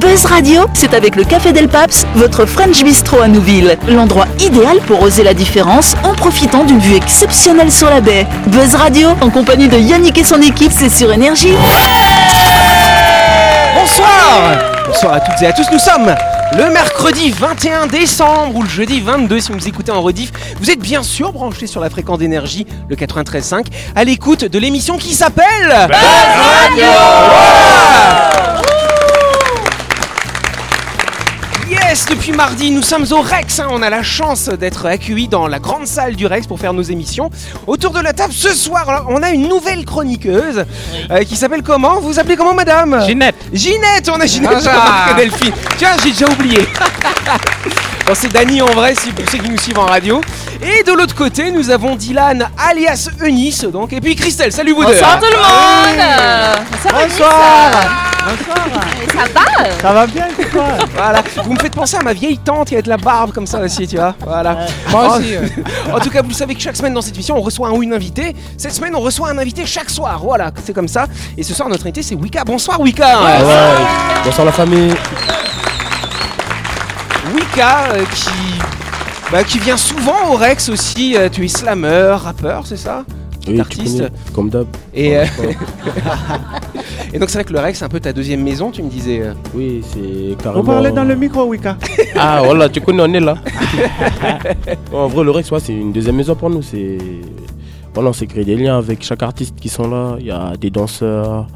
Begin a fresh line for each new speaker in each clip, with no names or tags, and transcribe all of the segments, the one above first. Buzz Radio, c'est avec le Café Del Paps, votre French Bistro à Nouville. L'endroit idéal pour oser la différence en profitant d'une vue exceptionnelle sur la baie. Buzz Radio, en compagnie de Yannick et son équipe, c'est sur Énergie.
Bonsoir Bonsoir à toutes et à tous, nous sommes le mercredi 21 décembre ou le jeudi 22 si vous nous écoutez en rediff. Vous êtes bien sûr branchés sur la fréquence d'énergie, le 93.5, à l'écoute de l'émission qui s'appelle... Yes, depuis mardi, nous sommes au Rex. hein. On a la chance d'être accueillis dans la grande salle du Rex pour faire nos émissions. Autour de la table ce soir, là, on a une nouvelle chroniqueuse euh, qui s'appelle comment Vous vous appelez comment, madame
Ginette.
Ginette, on a Ginette
Bonjour.
remarque que Delphine. Tiens, j'ai déjà oublié. Bon, c'est Dany en vrai, si pour ceux qui nous suivent en radio. Et de l'autre côté, nous avons Dylan alias Eunice, donc, et puis Christelle. Salut, vous deux. hein.
Bonsoir tout le monde
Bonsoir.
Ça va
Ça va bien c'est quoi
Voilà, vous me faites penser à ma vieille tante qui a de la barbe comme ça aussi, tu vois. Voilà.
Moi aussi.
En tout cas, vous savez que chaque semaine dans cette émission, on reçoit un ou une invitée. Cette semaine, on reçoit un invité chaque soir. Voilà, c'est comme ça. Et ce soir, notre invité, c'est Wika. Bonsoir, Wika.
Ah
Bonsoir la famille.
Wika, euh, qui, bah, qui vient souvent au Rex aussi. Euh, tu es slammer, rappeur, c'est ça
Oui, tu
Artiste.
connais, comme d'hab.
et, euh, et donc, c'est vrai que le Rex, c'est un peu ta deuxième maison, tu me disais. euh.
Oui, c'est carrément.
On parlait dans le micro, Wika.
Ah, voilà, tu connais, on est là. en vrai, le Rex, ouais, c'est une deuxième maison pour nous. C'est. Voilà, on s'est créé des liens avec chaque artiste qui sont là. Il y a des danseurs,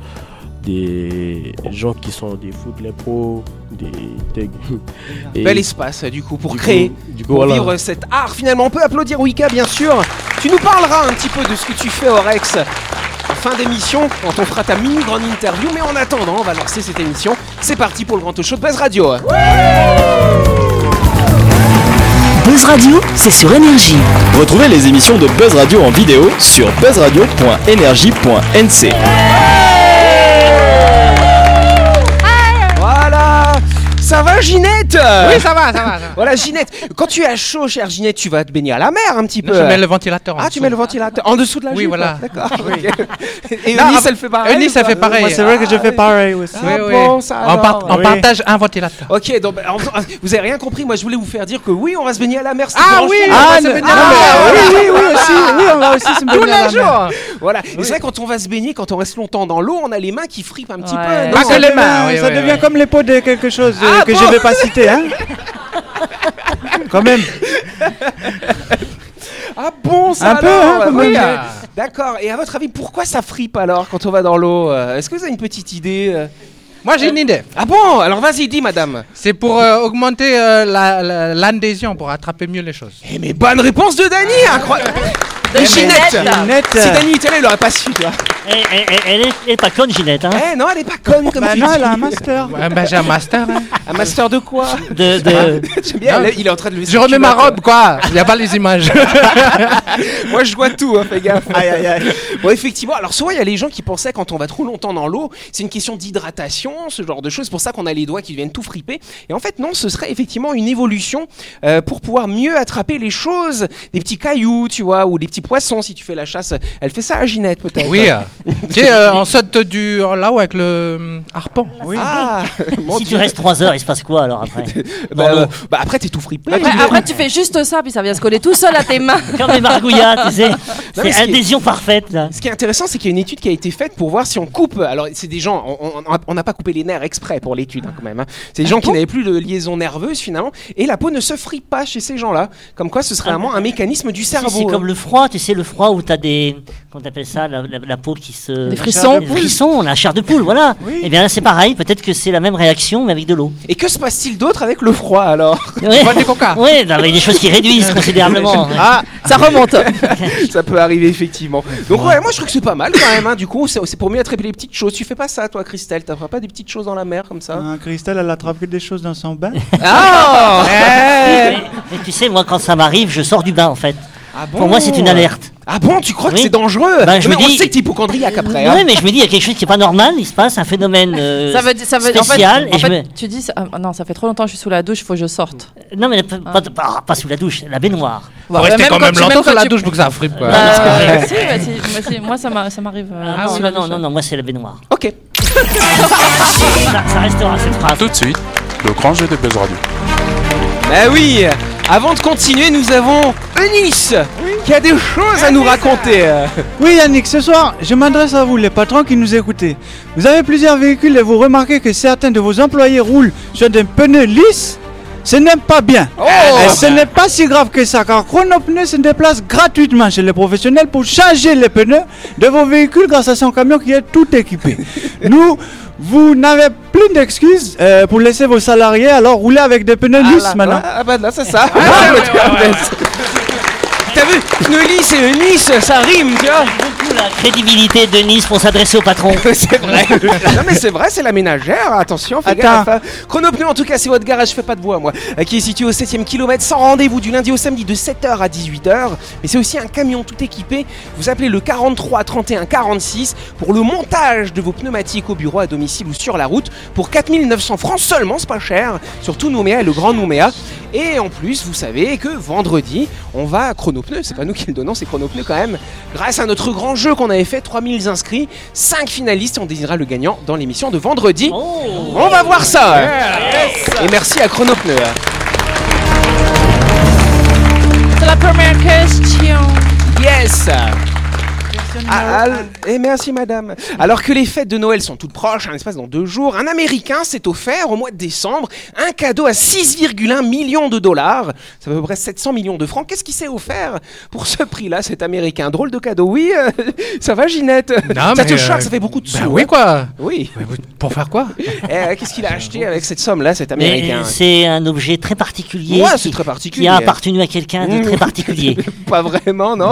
des gens qui sont des foot, les pros, des thugs. Et
Bel espace, euh, du coup, pour
du coup-
créer.
Du coup,
pour
voilà.
vivre cet art finalement. On peut applaudir Wika bien sûr. Tu nous parleras un petit peu de ce que tu fais au Rex en fin d'émission quand on fera ta mini grande interview. Mais en attendant, on va lancer cette émission. C'est parti pour le grand talk show de Buzz Radio.
Buzz Radio, c'est sur Énergie.
Retrouvez les émissions de Buzz Radio en vidéo sur buzzradio.energie.nc.
Voilà. Ça va Ginette
Oui,
Ah,
ça va, ça va. ça va.
Voilà Ginette. Quand tu as chaud, chère Ginette, tu vas te baigner à la mer un petit peu.
Je mets le ventilateur. en
Ah, tu mets le
dessous.
ventilateur en dessous de la
Oui,
jupe, hein.
voilà.
D'accord. ok. Et
Non,
Eunice,
ah,
elle fait pareil.
Eunice,
ou
elle fait
pas
pareil.
Moi, c'est vrai que je fais pareil aussi.
Ah bon, ça
on, par-
alors.
on
Oui.
partage un ventilateur.
Ok, donc, bah, en- vous avez rien compris. Moi, je voulais vous faire dire que oui, on va se baigner à la mer. c'est
Ah
dimanche
oui,
soir.
on va
Ah,
se
non,
baigner
non,
à
mais
la mer,
oui,
voilà.
oui, oui, aussi, oui, on va aussi se Ah, baigner
Tous
à
les
la mer.
jours.
Voilà. Et C'est vrai quand on va se baigner, quand on reste longtemps dans l'eau, on a les mains qui frippent un petit
Ouais.
peu. non
Pas
Ça
que les
devient-
mains, oui,
ça
oui,
devient
oui.
comme les pots de quelque chose euh,
Ah,
que
bon
je vais pas citer, hein Quand même.
Ah bon, ça
Un peu,
alors,
hein,
bah,
quand
oui.
même.
Euh, D'accord. Et à votre avis, pourquoi ça frippe alors quand on va dans l'eau Euh, Est-ce que vous avez une petite idée euh
Moi, j'ai une idée.
Ah bon Alors vas-y, dis, madame.
C'est pour euh, augmenter euh, la- la- l'adhésion, pour attraper mieux les choses.
Eh mais bonne réponse de Dany, incroyable. Eh,
De
Mais Ah. Ginette.
Ginette.
Net,
Si Dany était là, il aurait pas su, tu vois.
Eh, eh, eh, Elle est, elle est pas conne, Ginette, hein
Eh non, elle est pas conne comme
bah
tu
non,
dis.
elle a un master.
Ouais, ben, j'ai un master. hein.
Un master de quoi
de, de...
J'aime bien,
Non.
elle est- il est en train de le.
Je remets ma robe, quoi. Il n'y a pas les images.
Moi, je vois tout, hein, fais gaffe.
Aïe, aïe, aïe.
Bon, effectivement, alors souvent il y a les gens qui pensaient quand on va trop longtemps dans l'eau, c'est une question d'hydratation, ce genre de choses. C'est pour ça qu'on a les doigts qui deviennent tout fripés. Et en fait, non, ce serait effectivement une évolution euh, pour pouvoir mieux attraper les choses, des petits cailloux, tu vois, ou des petits poissons si tu fais la chasse. Elle fait ça à Ginette, peut-être.
Oui. euh. tu sais, euh, on saute du là-haut avec le euh, harpon.
Oui.
Ah, mon
Si tu
Dieu.
restes 3 heures, il se passe quoi alors après
Bah, euh, bah, après, t'es tout fripé.
Après, après, Ah, tu fais juste ça, puis ça vient se coller tout seul à tes mains.
Comme les margouillas, tu sais.
mais
C'est
ce qui-
adhésion parfaite, là.
Ce qui est intéressant, c'est qu'il y a une étude qui a été faite pour voir si on coupe. Alors, c'est des gens, on- on- on n'a pas coupé les nerfs exprès pour l'étude, hein, quand même. hein. C'est
Ah,
des gens qui n'avaient plus de liaison nerveuse, finalement, et la peau ne se fripe pas chez ces gens-là. Comme quoi, ce serait
Ah,
vraiment un mécanisme du
Si,
cerveau. hein.
C'est comme le froid, tu sais, le froid où t'as des. Comment t'appelles ça la, la- la peau qui se.
Des frissons.
Des frissons, la chair de poule, voilà.
Oui.
Et bien là, c'est pareil, peut-être que c'est la même réaction, mais avec de l'eau.
Et que se passe-t-il d'autre avec le froid, alors
Ouais.
Boîte de coca.
Ouais, non, mais des choses qui réduisent considérablement.
Ah, ça remonte Ça peut arriver, effectivement. Donc, ouais, moi, je trouve que c'est pas mal, quand même. hein. Du coup, c'est c'est pour mieux attraper les petites choses. Tu fais pas ça, toi, Christelle T'as pas des petites choses dans la mer, comme ça
Ah, Christelle, elle attrape que des choses dans son bain.
Ah
Mais, mais tu sais, moi, quand ça m'arrive, je sors du bain en fait.
Ah bon
Pour moi, c'est une alerte.
Ah bon, tu crois que
Oui.
c'est dangereux
Ben, je
Mais
me
on
dis-
sait que t'es hypochondriaque après. hein.
Ouais, mais je me dis, il y a quelque chose qui est pas normal, il se passe un phénomène. euh,
Ça veut, dire- ça veut, en fait-
spécial,
en
et
fait,
je me-
tu dis, ça- ah, non, ça fait trop longtemps que je suis sous la douche, faut que je sorte.
Non, mais
Ah.
pas, pas- pas- pas sous la douche, la baignoire.
Faut
Ouais,
rester quand Ah. même
tu-
longtemps
quand
dans la
tu-
douche pour que ça frippe, quoi.
Bah, si, bah, si, moi, si- moi, ça m'a- ça m'arrive. euh,
Ah,
sous
non,
la
non,
douche,
non,
ouais.
non, moi, c'est la baignoire.
Ok.
Ça, ça restera cette phrase.
Tout de suite, le grand jeu de Buzz Radio.
Bah oui Avant de continuer, nous avons Eunice qui a des choses à nous raconter.
Oui Yannick, ce soir, je m'adresse à vous, les patrons qui nous écoutez. Vous avez plusieurs véhicules et vous remarquez que certains de vos employés roulent sur des pneus lisses Ce n'est pas bien.
Oh.
et ce n'est pas si grave que ça, car Chronopneu se déplace gratuitement chez les professionnels pour changer les pneus de vos véhicules grâce à son camion qui est tout équipé. Nous, vous n'avez plus d'excuses euh, pour laisser vos salariés alors rouler avec des pneus lisses maintenant.
Ah bah là, c'est ça. bah, T'as vu Kneulis et Eunice, ça rime, tu vois
Beaucoup la crédibilité de Nice pour s'adresser au patron.
C'est vrai. non mais c'est vrai, c'est la ménagère. Attention, fais
Attends.
gaffe. Chronopneu, en tout cas, c'est votre garage, je fais pas de bois moi, euh, qui est situé au 7ème kilomètre, sans rendez-vous du lundi au samedi de 7h à 18h. Mais c'est aussi un camion tout équipé. Vous appelez le 43 31 46 pour le montage de vos pneumatiques au bureau, à domicile ou sur la route pour 4900 francs seulement, c'est pas cher, sur tout Nouméa et le Grand Nouméa. Et en plus, vous savez que vendredi, on va à Chronopneu, c'est pas nous qui le donnons, c'est Chronopneu quand même. Grâce à notre grand jeu qu'on avait fait, 3000 inscrits, 5 finalistes, on désignera le gagnant dans l'émission de vendredi.
Oh.
On va voir ça hein. Et merci à Chronopneu. hein.
C'est la première question.
Yes Ah, al- eh, merci madame. Alors que les fêtes de Noël sont toutes proches, un espace dans deux jours, un Américain s'est offert au mois de décembre un cadeau à 6,1 millions de dollars. C'est à peu près 700 millions de francs. Qu'est-ce qu'il s'est offert pour ce prix-là, cet Américain Drôle de cadeau, oui euh, Ça va Ginette
Non,
Ça
mais,
te choque,
euh,
ça fait beaucoup de sous. hein.
Ben oui, quoi.
Oui.
Mais Pour faire quoi
Eh, euh, Qu'est-ce qu'il a acheté avec cette somme-là, cet
Mais
Américain
euh, c'est un objet très particulier.
Ouais,
qui-
c'est très particulier.
Qui a appartenu à quelqu'un de
Mmh.
très particulier. Hein,
Pas vraiment, non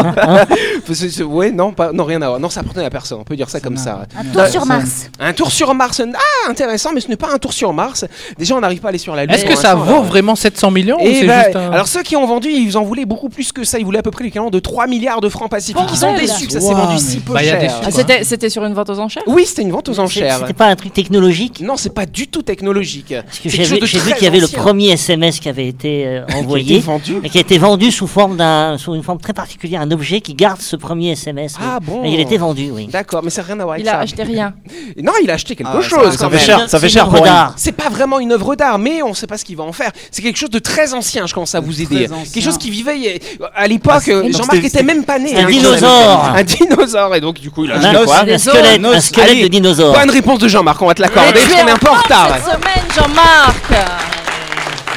C'est- c'est- Ouais, non, pas, non, rien à voir. Non, ça appartenait à personne, on peut dire ça comme ça.
Un tour sur Mars.
Un tour sur Mars. Ah, intéressant, mais ce n'est pas un tour sur Mars. Déjà, on n'arrive pas à aller sur la Lune.
Est-ce que
pour
ça
l'instant,
vaut
alors.
vraiment 700 millions ou
Eh
c'est
ben,
juste un-
Alors ceux qui ont vendu, ils en voulaient beaucoup plus que ça. Ils voulaient à peu près l'équivalent de 3 milliards de francs pacifiques. Ils sont
Bordel.
déçus que ça s'est
Ouah,
vendu
mais-
si peu
Bah, y a
cher.
des sous-
Ah, c'était, c'était sur une vente aux enchères
Oui, c'était une vente aux
hein. C'est-
enchères.
C'était pas un truc technologique.
Non, c'est pas du tout technologique.
Parce que
C'est quelque
j'ai
chose
vu
de
j'ai vu
très
qu'il y avait le
ancien.
premier SMS qui avait été euh,
Qui a été
envoyé.
vendu.
Et qui a été vendu sous forme d'un, sous une forme très particulière, un objet qui garde ce premier SMS.
Ah
oui.
bon
Et il était vendu, oui.
D'accord, mais ça n'a rien à voir avec
Il a
ça.
acheté rien.
Non, il a acheté quelque
Ah, ça-
chose.
ça
quand
fait
même.
cher, ça fait cher pour rien.
C'est pas vraiment une œuvre d'art, mais on sait pas ce qu'il va en faire. C'est quelque chose de très ancien, je commence à vous aider.
ancien.
Quelque chose qui vivait il y a- à l'époque, euh,
donc
Jean-Marc
c'était-
était même pas né.
un
hein.
dinosaure.
Un dinosaure, et donc du coup, il a
Un,
acheté quoi
un squelette, un
Nos-
squelette
Allez,
de dinosaure.
Bonne réponse de Jean-Marc, on va te l'accorder,
Mais
parce qu'on est un peu en retard.
Cette semaine, Jean-Marc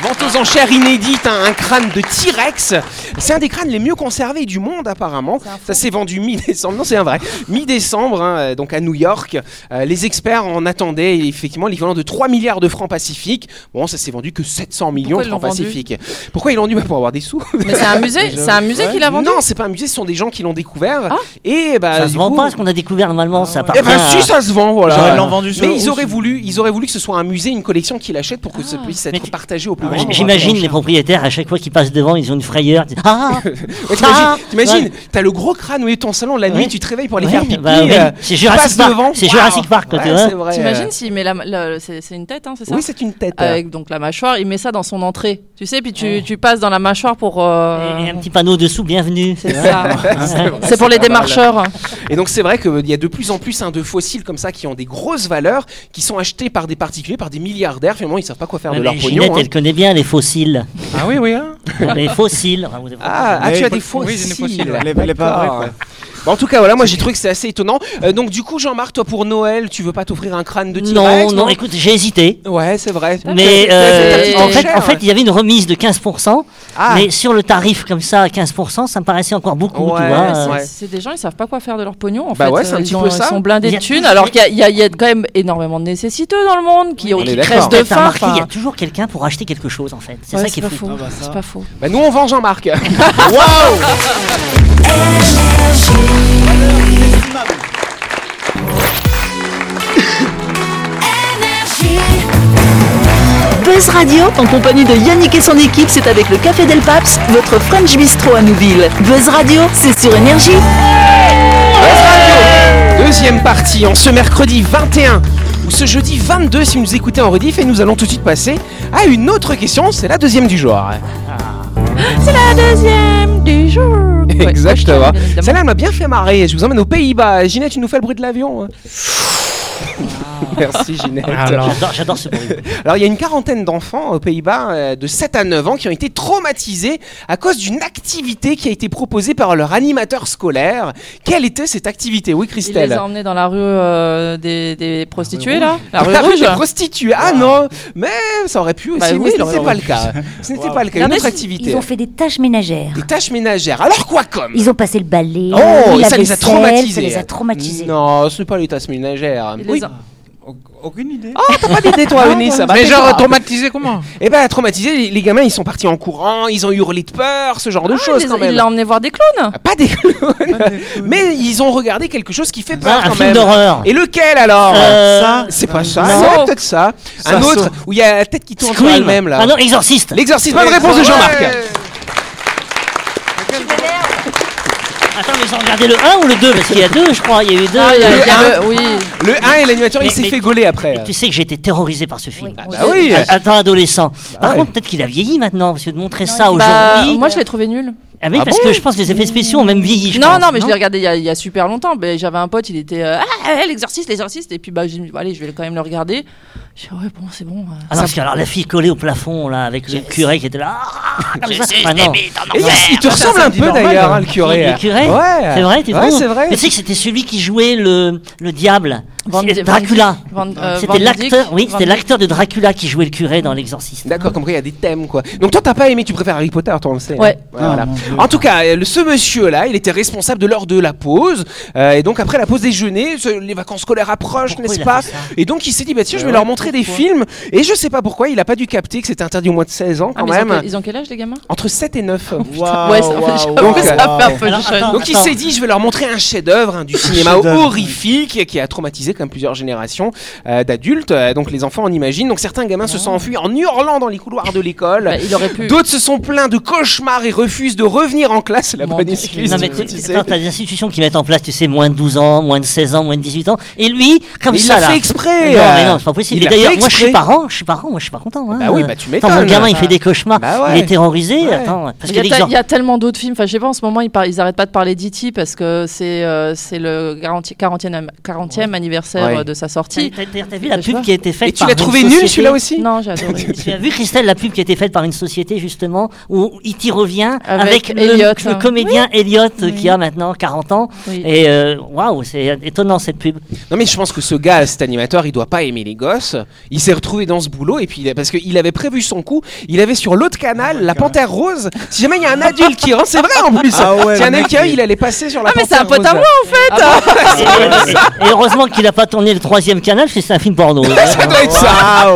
Vente aux enchères inédite, hein, un crâne de T-Rex. C'est un des crânes les mieux conservés du monde apparemment. Ça s'est vendu mi-décembre. Non, c'est un vrai. Mi-décembre, hein, euh, donc à New York. Euh, les experts en attendaient effectivement l'équivalent de 3 milliards de francs pacifiques. Bon, ça s'est vendu que 700 millions
Pourquoi
de
ils
francs
l'ont vendu
pacifiques. Pourquoi ils l'ont dû Bah, Pour avoir des sous.
Mais c'est un musée, c'est un musée qu'il a vendu
non, c'est pas un musée, ce sont des gens qui l'ont découvert.
Ah.
Et bah,
ça se
du
vend
coup-
pas, ce qu'on Ah. a découvert normalement, ça appartient.
eh ben si
à-
ça se vend voilà.
J'aurais l'en vendu sur le
Mais ils
Rouge.
auraient voulu, ils auraient voulu que ce soit un musée, une collection qu'ils achètent pour que
Ah.
ça puisse
Mais
être
tu-
partagé au plus
Alors,
grand nombre.
J'imagine les propriétaires, à chaque fois qu'ils passent devant, ils ont une frayeur. ils disent, Ah
Ouais, t'imagines,
Ah,
t'imagines,
ouais.
t'as le gros crâne où est ton salon, la
Ouais.
nuit tu te réveilles pour aller
Ouais,
faire pipi,
bah ouais.
euh,
C'est
tu
Jurassic
passes
Park.
devant.
C'est
Waouh.
Jurassic Park, hein. quoi, tu
Ouais,
vois.
c'est vrai,
T'imagines s'il met la. le- c'est, c'est une tête, hein, c'est
euh,
ça
Oui, c'est une tête.
Avec donc la mâchoire, il met ça dans son entrée. Tu sais, puis tu, tu passes dans la mâchoire pour. euh,
Et un petit panneau dessous, bienvenue.
C'est ça. c'est pour les
pas mal.
démarcheurs.
Et donc c'est vrai qu'il y a de plus en plus hein, de fossiles comme ça qui ont des grosses valeurs, qui sont achetés par des particuliers, par des milliardaires. Finalement, ils savent pas quoi faire de
Ouais,
leur
mais
pognon.
Ginette,
hein.
elle connaît bien les fossiles.
Ah oui, oui. hein.
les fossiles. Ah, vous-
Ah, ah,
Mais
tu as
faut-
des
oui,
fossiles.
j'ai des fossiles, ouais.
Les- les pas
D'accord.
vrais, quoi.
Bon, en tout cas, voilà, moi j'ai trouvé que c'est assez étonnant. Euh, donc du coup, Jean-Marc, toi pour Noël, tu veux pas t'offrir un crâne de
non,
T-Rex
non, écoute, j'ai hésité.
Ouais, c'est vrai.
Mais
T'as- t'as- t'as-
euh,
t'as-
en,
t'as-
fait,
cher,
en fait,
ouais.
il y avait une remise de 15%,
Ah.
mais sur le tarif comme ça, à 15%, ça me paraissait encore beaucoup,
Ouais,
tu
Ouais,
vois.
c'est-
euh.
ouais.
C'est des gens, ils savent pas quoi faire de leur pognon. En
Bah
fait, euh,
ouais, c'est un
Ils
petit
ont-
peu
ils
ça.
sont blindés
Il y
de
a-
thunes, alors qu'il y a- il y, a- il y a quand même énormément de nécessiteux dans le monde qui,
On est
qui
d'accord.
crèvent de
T'as
faim.
remarqué, il y a
enfin.
toujours quelqu'un pour acheter quelque chose, en fait. C'est
Ouais,
ça qui est
pas
fou.
faux. C'est pas faux.
Bah, nous on vend Jean-Marc.
Buzz Radio, en compagnie de Yannick et son équipe, c'est avec le Café Del Paps, votre French Bistro à Nouville. Buzz Radio, c'est sur Énergie.
Deuxième partie en ce mercredi 21 ou ce jeudi 22 si vous nous écoutez en rediff et nous allons tout de suite passer à une autre question, c'est la deuxième du jour.
Deuxième du jour. Ouais,
Exactement.
bien évidemment.
Celle-là elle m'a bien fait marrer, je vous emmène aux Pays-Bas. Ginette, tu nous fais le bruit de l'avion hein. Merci Ginette.
Alors.
J'adore- J'adore ce bruit.
Alors, il y a une quarantaine d'enfants aux Pays-Bas euh, de 7 à 9 ans qui ont été traumatisés à cause d'une activité qui a été proposée par leur animateur scolaire. Quelle était cette activité Oui,
Il les
Christelle.
a emmenés dans la rue euh, des, des
Ah,
prostituées, là La rue
La rue
rouge
des Ah, prostituées. Ah non, mais ça aurait pu aussi,
Bah oui,
mais ce
ça aurait
n'était pas le cas. Ce n'était pas le cas.
Non,
Une
mais
autre
si-
activité.
Ils ont fait des tâches ménagères.
Des tâches ménagères. Alors quoi comme
Ils ont passé le balai. la
Oh, et ça les a
vaisselle, Ça
traumatisés.
les a traumatisés.
Non, ce n'est pas les tâches ménagères.
Il les
Oui,
a- Ah,
Aucune idée.
Ah, t'as pas d'idée, toi, Venise, ça va,
Mais
t'es
genre
pas.
traumatisé comment
Eh ben, traumatisés, les, les gamins, ils sont partis en courant, ils ont hurlé de peur, ce genre de
Ah,
choses
il les-
quand
Il
même.
l'a emmené voir des clowns.
Ah, Pas des clowns, mais ils ont regardé quelque chose qui fait peur
Ah, un
quand
film
même.
d'horreur.
Et lequel alors
Euh,
Ça,
C'est pas ça,
non.
c'est peut-être ça. Un
Ça,
autre
ça.
où il y a la tête qui tourne sur
Scream.
elle-même là.
Ah non, exorciste.
L'exorcisme, bonne réponse de Jean-Marc.
Attends, mais ils ont regardé le 1 ou le 2 Parce qu'il y a deux, je crois. Il y a eu deux.
Ah, il y a- il y a-
Le-
oui.
Le 1 et l'animateur, il
Mais-
s'est
mais-
fait gauler après.
Et tu sais que j'ai été terrorisé par ce film.
Oui. Ah
bah oui. Ah,
A- Attends, adolescent. Par
ouais.
contre, peut-être qu'il a vieilli maintenant, parce que de montrer ça
Bah,
Ah, aujourd'hui.
moi, je l'ai trouvé nul.
Ah oui,
Ah
parce que je pense que les effets spéciaux ont même vieilli. je
Non,
pense,
non, mais je l'ai regardé il y, a, il y a super longtemps. Ben, J'avais un pote, il était euh, ah, l'exorciste, l'exorciste. Et puis, bah, j'ai dit, bon, allez, je vais quand même le regarder. J'ai dit, ouais, bon, c'est bon. euh.
Ah non, parce que alors la fille collée au plafond, là, avec le curé qui était là. Ah, comme ça. Ah, non.
Et il- il te ressemble
ça
un
dit
peu
normal,
d'ailleurs,
hein.
hein, le curé.
Le curé
Ouais.
C'est vrai, t'es
Ouais, c'est vrai.
Mais tu sais que c'était celui qui jouait le, le diable.
Van-
C'est-
Van-
Dracula.
Van- euh, Van
C'était
Dyck,
l'acteur, oui,
Van
c'était
Dyck.
l'acteur de Dracula qui jouait le curé dans L'Exorciste.
D'accord, compris, il y a des thèmes quoi. Donc toi t'as pas aimé, tu préfères Harry Potter, toi on le sait.
Ouais.
hein.
Ah,
Voilà. en tout cas, euh, le- ce monsieur-là, il était responsable de l'heure de la pause. euh, et donc après la pause déjeuner, ce- les vacances scolaires approchent,
Pourquoi
n'est-ce
il a
pas
fait ça Ah
Et donc il s'est dit, bah tiens, je vais leur montrer des films. Et je sais pas pourquoi, il a pas dû capter que c'était interdit au moins de 16 ans
Ah,
quand
mais ils ont
même.
quel- Ils ont quel âge, les gamins
Entre 7 et 9.
Ah,
Ouais, ça, j'avoue,
waouh,
ça fait un peu
Alors,
jeune.
attends,
Donc il
attends.
s'est dit, je vais leur montrer un chef-d'œuvre hein, du cinéma
chef-d'œuvre,
horrifique qui a traumatisé comme plusieurs générations euh, d'adultes. Euh, donc les enfants en imaginent. Donc certains gamins
Ah.
se sont enfuis en hurlant dans les couloirs de l'école.
Bah, il aurait pu.
D'autres se sont plaints de cauchemars et refusent de revenir en classe. La
Mon
bonne
Dieu.
excuse,
Non, mais
tu
tu-
sais.
attends, t'as des institutions qui mettent en place, tu sais, moins de 12 ans, moins de 16 ans, moins de 18 ans. Et lui, comme
Mais il
ça,
l'a
là.
fait exprès.
non,
euh.
mais non, c'est pas
Il
possible. Et
l'a fait
d'ailleurs, moi, je suis
exprès.
parent, je suis parent, moi, je suis pas content. Hein.
Bah oui, bah, tu
Attends, mon
m'étonnes.
gamin, il fait des cauchemars.
Bah ouais.
Il est terrorisé.
Ouais.
Attends, parce
Il
que
y, a ta-
l'exor-
il y a tellement d'autres films. Enfin, je sais pas, en ce moment, ils, par- ils arrêtent pas de parler d'E.T. parce que c'est euh, c'est le 40e, 40e, 40e anniversaire
Ouais.
euh, de sa sortie.
T'as- t'as- T'as vu la
Je sais
pub
pas.
qui a été faite
Et tu
par
l'as
une
trouvé nul
société
celui-là aussi
Non, j'ai adoré.
Tu as vu, Christelle, la pub qui a été faite par une société, justement, où il t'y revient avec,
Avec Elliot,
le, le
hein.
comédien Elliot euh, qui a maintenant 40 ans.
Oui.
Et euh, waouh, c'est étonnant cette pub.
Non mais je pense que ce gars, cet animateur, il doit pas aimer les gosses. Il s'est retrouvé dans ce boulot et puis il a- parce qu'il avait prévu son coup, il avait sur l'autre
Ah
canal la panthère rose. Si jamais il y a un adulte qui rentre, c'est vrai en plus.
Ah ouais,
si un
le mec,
adulte qui arrive,
il-
il allait passer sur la
Ah, mais c'est
Panthère
un pote à
Rose.
moi, en fait
Et, euh, et heureusement qu'il n'a pas tourné le troisième canal, parce que c'est un film porno.
Ça doit être ça.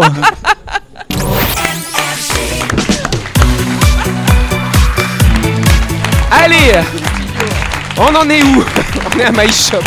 Allez On en est où On est à My Shop.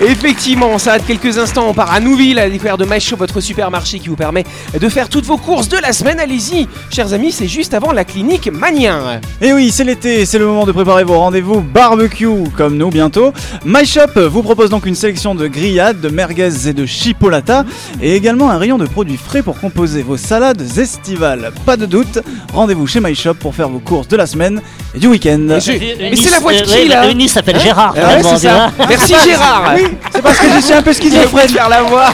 Effectivement, on s'arrête quelques instants, on part à Nouville à la découverte de My Shop, votre supermarché qui vous permet de faire toutes vos courses de la semaine. Allez-y, chers amis, c'est juste avant la clinique Manien.
Et Eh oui, c'est l'été, c'est le moment de préparer vos rendez-vous barbecue comme nous bientôt. My Shop vous propose donc une sélection de grillades, de merguez et de chipolata et également un rayon de produits frais pour composer vos salades estivales. Pas de doute, rendez-vous chez My Shop pour faire vos courses de la semaine et du week-end.
Je- Mais c'est la voix de qui, là
Euh, Une euh, s'appelle Gérard.
Ah ouais,
vraiment,
c'est ça.
tu vois.
Merci Gérard
Ah, Oui, c'est parce que je suis un peu
Il est prêt
schizophrène.
de faire la voix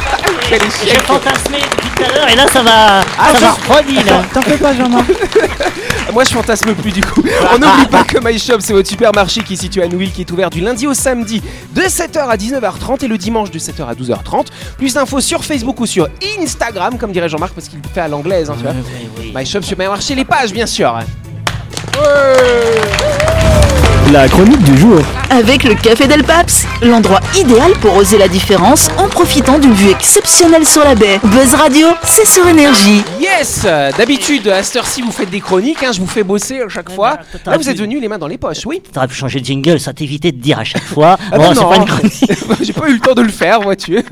Quel
J'ai
échec. Ah,
fantasmé depuis tout à l'heure, et là, ça va, ça va refroidir, là.
T'en fais pas, Jean-Marc.
Moi, je fantasme plus du coup. On n'oublie pas que My Shop, c'est votre supermarché qui est situé à Nouville, qui est ouvert du lundi au samedi de 7h à 19h30 et le dimanche de 7h à 12h30. Plus d'infos sur Facebook ou sur Instagram, comme dirait Jean-Marc, parce qu'il fait à l'anglaise, hein, tu vois.
Oui, Ah Eh oui.
My Shop, supermarché, les pages, bien sûr.
La chronique du jour.
Avec le Café Del Paps, l'endroit idéal pour oser la différence en profitant d'une vue exceptionnelle sur la baie. Buzz Radio, c'est sur énergie.
Yes D'habitude, à cette heure-ci, vous faites des chroniques, hein, je vous fais bosser à chaque fois.
bah, t'as
Là, vous
raison.
êtes venus les mains dans les poches, oui.
T'aurais pu changer de jingle, ça t'évitait de dire à chaque fois.
Ah
bon,
bah
c'est
non.
pas une chronique.
J'ai pas eu le temps de le faire, vois-tu.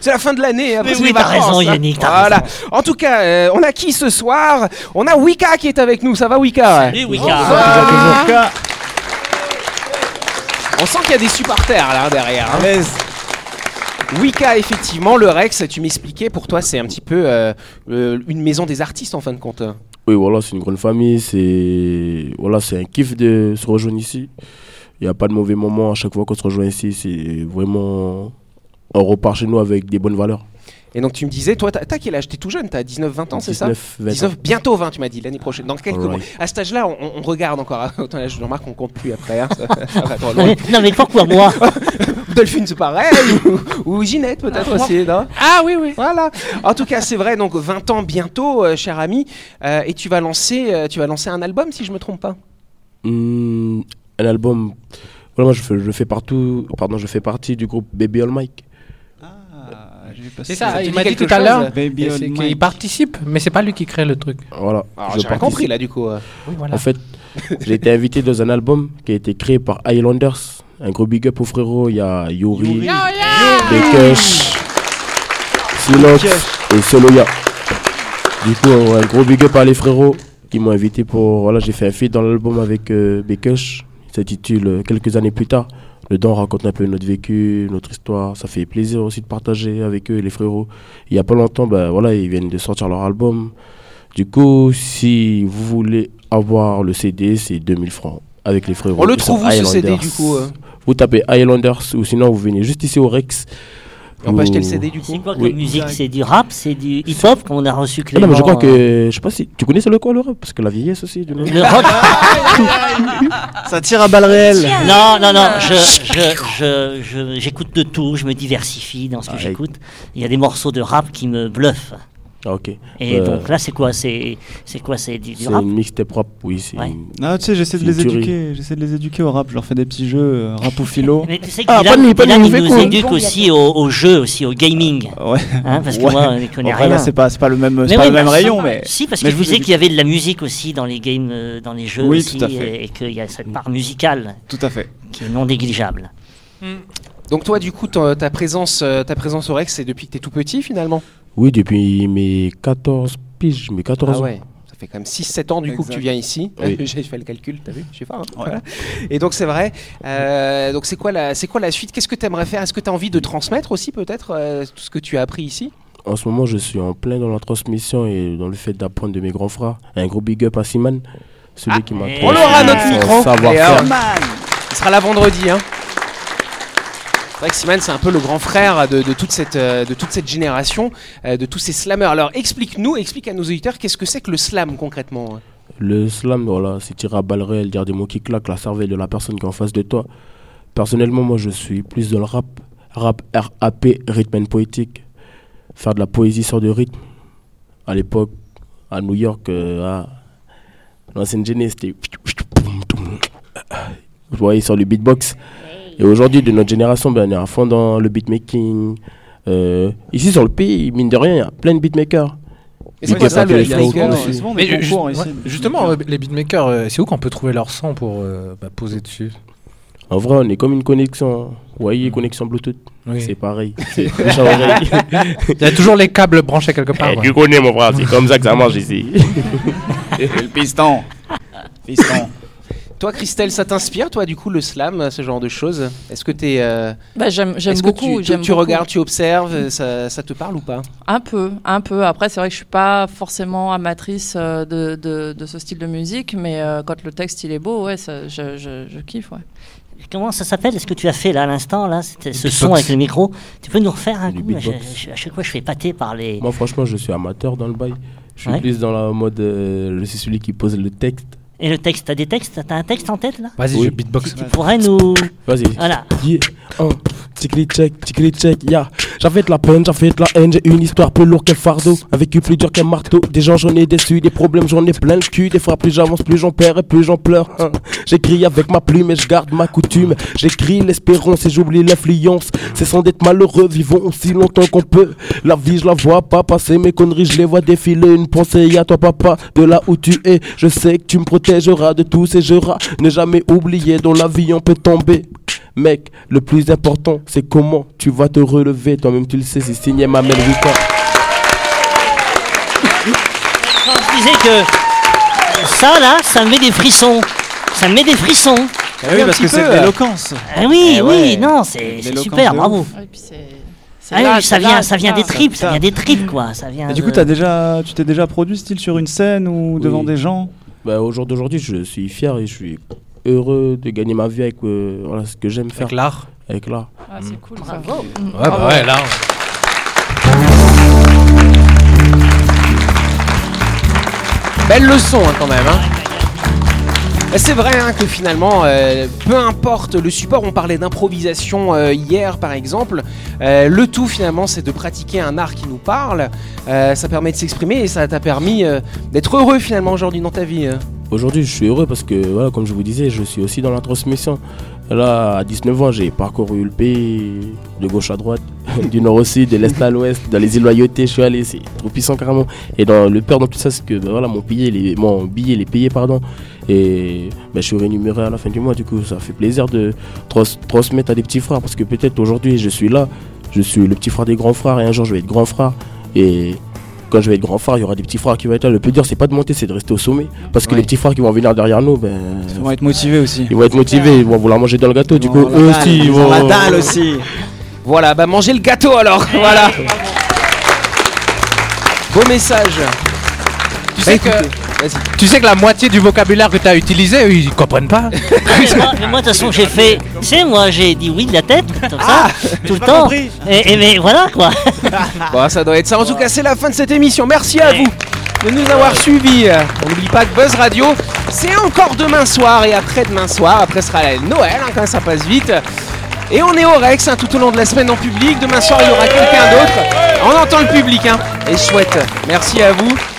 C'est la fin de l'année. après,
Mais
c'est
oui,
les
t'as
vacances,
raison,
hein.
Yannick, t'as
Voilà. En tout cas, euh, on a qui ce soir On a Wika qui est avec nous. Ça va, Wika
Salut, Wicard.
On sent qu'il y a des supporters là derrière. hein.
Yes.
Wika, effectivement, le Rex, tu m'expliquais, pour toi, c'est un petit peu euh, euh, une maison des artistes en fin de compte.
Oui, voilà, c'est une grande famille. C'est voilà, c'est un kiff de se rejoindre ici. Il n'y a pas de mauvais moment à chaque fois qu'on se rejoint ici. C'est vraiment on repart chez nous avec des bonnes valeurs.
Et donc tu me disais, toi, t'as t'as quel âge T'es tout jeune, t'as 19-20 ans, c'est ça
19, 20 ans.
19, bientôt 20, tu m'as dit, l'année prochaine, dans quelques
Alright.
mois. À cet âge-là, on, on regarde encore. hein. Autant là, je remarque qu'on compte plus après. hein, ça, ça va trop
Non
loin.
mais, non, mais pourquoi moi
Dolphine, c'est pareil, ou, ou Ginette peut-être aussi, non
Ah oui, oui.
Voilà. En tout cas, c'est vrai, donc 20 ans bientôt, euh, cher ami, Euh, et tu vas, lancer, euh, tu vas lancer un album, si je me trompe pas.
Hmm, un album. Voilà, moi, je fais, je fais partout. Pardon, je fais partie du groupe Baby All Mike.
C'est ça, il
dit
m'a dit tout
quelque
à
chose
l'heure
Baby
et
on
euh, c'est
mic.
qu'il participe, mais c'est pas lui qui crée le truc.
Voilà.
Alors,
je
Ah, j'ai rien
participe.
compris là, du coup. euh.
Oui, voilà.
En fait, j'ai été invité dans un album qui a été créé par Highlanders. Un gros big up aux frérots. Il y a Yuri,
Yuri.
Bekesh, Silox et Soloya. Du coup, un gros big up à les frérots qui m'ont invité pour. Voilà, j'ai fait un feat dans l'album avec euh, Bekesh. Il s'intitule euh, Quelques années plus tard. Dedans, on raconte un peu notre vécu, notre histoire. Ça fait plaisir aussi de partager avec eux, les frérots. Il n'y a pas longtemps, ben, voilà, ils viennent de sortir leur album. Du coup, si vous voulez avoir le CD, c'est 2000 francs avec les frérots.
On le
Ils
trouve
sont
où, ce CD,
Highlanders.
du coup, euh
Vous tapez Highlanders ou sinon vous venez juste ici au Rex.
Et on peut
Vous-
acheter le CD, du
C'est
coup.
quoi comme
Oui.
musique C'est du rap, c'est du hip-hop qu'on a reçu
Ah
Clément.
non, mais je crois
euh,
que. Je sais pas si. Tu connais c'est le quoi le rap Parce que la vieillesse aussi. Du
Le rock
Ça tire à balles réelles.
Ah,
Non, non, non, je, je, je, je- j'écoute de tout, je me diversifie dans ce que
Ah,
j'écoute. Il y a des morceaux de rap qui me bluffent.
Ah, ok.
Et
Euh,
donc là, c'est quoi C'est c'est quoi C'est du, du
C'est
rap
une mixtape rap, oui. C'est
Ouais.
une-
Non, Ah, tu sais, j'essaie de les
Une tuerie.
éduquer. J'essaie de les éduquer au rap. Je leur fais des petits jeux euh, rap ou philo.
Mais tu sais que
Ah,
Dylan,
pas de nuit, pas de
Dylan,
nuit,
il
fait
nous
quoi
éduque aussi au, au jeu, aussi au gaming.
Ouais.
Hein, parce que
Ouais.
moi, on connaît
En vrai,
rien.
là, c'est pas, c'est pas le même,
Mais
c'est pas
oui, bah,
le même
mais-
rayon, mais.
Si, parce
mais
que
je
je
vous
disais
éduque.
qu'il y avait de la musique aussi dans les games, euh, dans les jeux
Oui,
aussi, euh,
tout à fait.
et- et qu'il y a cette part musicale
Tout à fait.
qui est non négligeable.
Donc, toi, du coup, ton- ta présence, euh, ta présence au Rex, c'est depuis que t'es tout petit, finalement
Oui, depuis mes 14 piges, mes 14
Ah
ans.
ouais. Ça fait quand même 6-7 ans du coup que tu
Exact.
viens ici.
Oui.
J'ai fait le calcul, t'as vu Je sais pas. hein. Voilà. Et donc c'est vrai. Euh, donc c'est quoi, la- c'est quoi la suite Qu'est-ce que tu aimerais faire Est-ce que tu as envie de transmettre aussi peut-être euh, tout ce que tu as appris ici
En ce moment, je suis en plein dans la transmission et dans le fait d'apprendre de mes grands frères. Un gros big up à Simon, celui qui m'a
et-
transmis
Ah. Eh. On aura
son
notre micro. Et,
savoir-faire.
euh, Il sera là vendredi. Hein. C'est vrai que Simon, c'est un peu le grand frère de, de toute, cette, euh, de toute cette génération, euh, de tous ces slammers. Alors explique-nous, explique à nos auditeurs qu'est-ce que c'est que le slam concrètement.
Le slam, voilà, c'est tirer à balles réelles, dire des mots qui claquent, la cervelle de la personne qui est en face de toi. Personnellement, moi, je suis plus dans le rap. Rap, RAP, rythme and poétique. Faire de la poésie sur du rythme. À l'époque, à New York, euh, à l'ancienne jeunesse, c'était. Vous voyez, sur le beatbox. Et aujourd'hui, de notre génération, ben, on est à fond dans le beatmaking. Euh, ici, sur le pays, mine de rien, il y a plein de beatmakers.
Et c'est
Big
quoi
up
ça,
à
le
tous les
beatmaker,
frérots
euh,
qu'on suit.
Mais ju- ju- ouais, justement, euh, les beatmakers, euh, c'est où qu'on peut trouver leur son pour euh, bah, poser dessus
En vrai, on est comme une connexion. Vous voyez, connexion Bluetooth, c'est pareil. C'est bouche à oreille.
Il y a toujours les câbles branchés quelque part.
Eh,
ouais.
tu connais, mon frère, c'est comme ça que ça marche ici.
le piston. Piston.
Toi Christelle, ça t'inspire toi du coup le slam, ce genre de choses Est-ce que tu es...
Bah, j'aime, j'aime
Est-ce que
beaucoup.
tu, tu-
j'aime
tu
beaucoup.
regardes, tu observes, euh, ça, ça te parle ou pas
Un peu, un peu. Après, c'est vrai que je suis pas forcément amatrice euh, de, de, de ce style de musique, mais euh, quand le texte il est beau, ouais, ça, je, je, je kiffe, ouais.
Comment ça s'appelle Est-ce que tu as fait là à l'instant là c'était ce
beatbox.
son avec le micro Tu peux nous refaire un
Du
coup là, je-
beatbox.
je- À chaque fois, je fais pâter par les.
Moi, franchement, je suis amateur dans le bail. Je suis
Ouais.
plus dans la mode. euh, je suis celui qui pose le texte.
Et le texte, t'as des textes T'as un texte en tête là
Vas-y,
Oui.
je beatbox.
Tu pourrais nous.
Vas-y.
Voilà.
Yeah. Oh. Tickly check, tickly check, yeah. J'avais de la peine, j'avais de la haine, j'ai une histoire plus lourde qu'un fardeau. Un vécu plus dur qu'un marteau. Des gens j'en ai déçu, des problèmes j'en ai plein le cul. Des fois plus j'avance, plus j'en perds et plus j'en pleure. hein. J'écris avec ma plume et je garde ma coutume. J'écris l'espérance et j'oublie l'influence. C'est sans d'être malheureux, vivons aussi longtemps qu'on peut. La vie je la vois pas passer, mes conneries je les vois défiler. Une pensée à toi papa, de là où tu es. Je sais que tu me protégeras de tous ces rats Ne jamais oublier, dans la vie on peut tomber. Mec, le plus important, c'est comment tu vas te relever. Toi-même, tu le sais, c'est signé Mamel Wicca.
Quand je disais que. Ça là, ça me met des frissons. Ça me met des frissons.
Ah oui, parce que c'est de l'éloquence.
Ah oui,
Eh
oui,
ouais.
non, c'est c'est
L'éloquence
super,
de
bravo.
Et puis c'est. c'est
Ah oui,
là,
ça
c'est là,
vient, ça
c'est
vient
là.
des tripes, ça
ça.
vient des tripes quoi. Ça vient
Et du
de-
coup, t'as déjà, tu t'es déjà produit, style, sur une scène ou devant des gens
Bah, au jour d'aujourd'hui, je suis fier et je suis heureux de gagner ma vie avec euh, voilà, ce que j'aime faire.
Avec l'art.
avec l'art.
Ah, c'est cool. ça.
Ouais, bah ouais, là.
Belle leçon hein, quand même. hein. Et C'est vrai hein, que finalement, euh, peu importe le support, on parlait d'improvisation euh, hier par exemple, euh, le tout finalement c'est de pratiquer un art qui nous parle, Euh, ça permet de s'exprimer et ça t'a permis euh, d'être heureux finalement aujourd'hui dans ta vie. euh.
Aujourd'hui, je suis heureux parce que, voilà, comme je vous disais, je suis aussi dans la transmission. Là, à 19 ans, j'ai parcouru le pays de gauche à droite, du nord au sud, de l'est à l'ouest, dans les îles Loyauté, je suis allé, c'est trop puissant carrément. Et dans le père dans tout ça, c'est que ben, voilà, mon, billet, il est- mon billet, il est payé, pardon. Et ben, je suis rémunéré à la fin du mois, du coup, ça fait plaisir de trans- transmettre à des petits frères parce que peut-être aujourd'hui, je suis là, je suis le petit frère des grands frères et un jour, je vais être grand frère. Et quand je vais être grand frère, il y aura des petits frères qui vont être là. Le plus dur, c'est pas de monter, c'est de rester au sommet. Parce que les petits frères qui vont venir derrière nous, ben,
Ils vont être motivés aussi.
ils vont être motivés, ils vont vouloir manger dans le gâteau. Du coup,
la
eux
dalle,
aussi, ils
ils
vont.
ont la dalle aussi.
Voilà, bah mangez le gâteau alors, voilà. Beau message. Bah,
Tu sais, que, tu sais que la moitié du vocabulaire que tu as utilisé, eux, ils comprennent pas.
Ah, Mais moi, mais moi, de toute façon, j'ai fait. Tu sais, moi, j'ai dit oui de la tête, comme
Ah
ça, tout le
pas
temps.
compris.
Et, et mais voilà quoi.
Bon, Bah, ça doit être ça. En tout cas, c'est la fin de cette émission. Merci à vous de nous avoir suivis. On n'oublie pas que Buzz Radio, c'est encore demain soir et après demain soir. Après sera la Noël, hein, quand même, ça passe vite. Et on est au Rex hein, tout au long de la semaine en public. Demain soir, il y aura quelqu'un d'autre. On entend le public, hein. Et chouette. Merci à vous.